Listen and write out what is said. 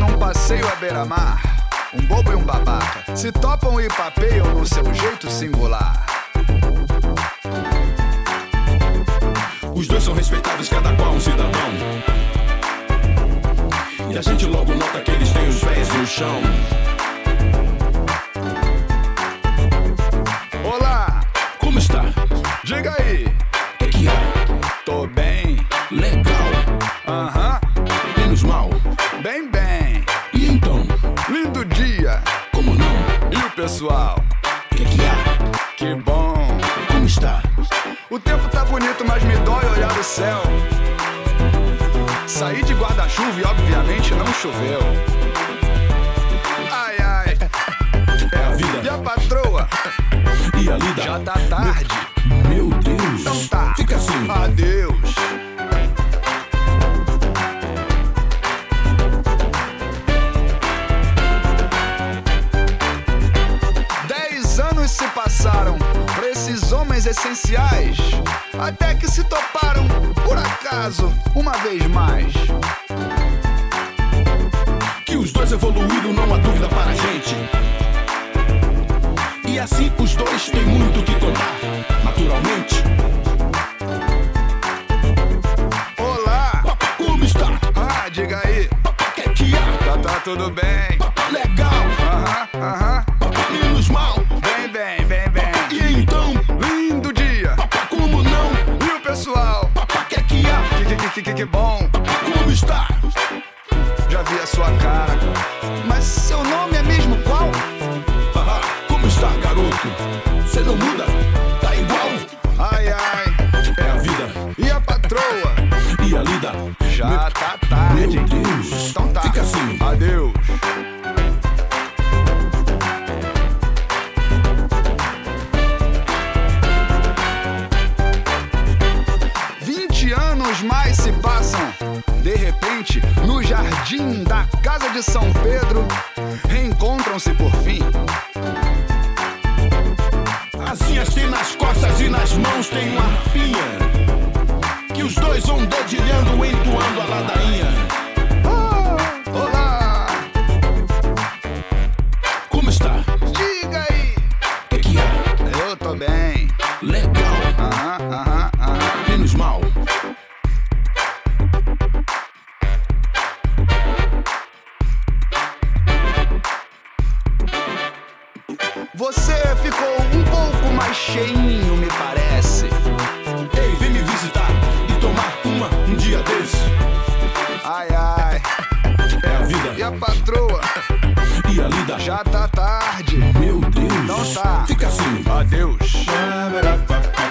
Um passeio à beira-mar, um bobo e um babaca se topam e papeiam no seu jeito singular. Os dois são respeitados, cada qual um cidadão. E a gente logo nota que eles têm os pés no chão. Olá, Como está? diga aí, O que, que é? tô bem, Legal, aham, menos mal. bem, bem, E então? lindo dia, Como não? e o pessoal, O que, que é? que bom. Como está? O tempo tá bonito, mas me dói olhar o céu. Saí de guarda-chuva e obviamente não choveu. Ai, ai, É a e a vida patroa, e a lida. já tá tarde. Meu Deus. Então tá. Fica assim. Adeus. Dez anos se passaram pra esses homens essenciais. Até que se toparam, por acaso, uma vez mais. Que os dois evoluíram, não há dúvida para a gente. E assim os dois têm muito o que contar, naturalmente. Olá! Papá, como está? Ah, diga aí. Papá, que é que há? Tá, tá tudo bem? Papá, legal. Aham, aham. Papá, menos mal. Bem, bem, bem, E bem. então? Lindo dia! Papá, como não? E o pessoal? Papá, que que há? Que, que, que, que, que bom! Como está? Já vi a sua cara. Mas seu nome é mesmo qual? Haha, como está, garoto? Você não muda, tá igual. Ai, ai. É a vida E a patroa? e a lida. Já tá Meu tarde. Deus. Então tá. Fica assim. Adeus. Vinte anos mais se passam. De repente, no jardim da casa de São Pedro, reencontram-se por fim. Asinhas tem Assim, nas costas e nas mãos tem uma arpinha Que os dois vão dedilhando, entoando a ladainha Ah, olá! Como está? Diga aí! O que, que é? Eu tô bem. Legal, Aham, aham, aham. menos mal Você ficou um pouco mais cheinho, me parece. Ei, vem me visitar e tomar uma um dia desse Ai, ai. É a E vida a patroa? e a lida Já tá tarde. Meu Deus, Então tá. fica assim Adeus. Papá,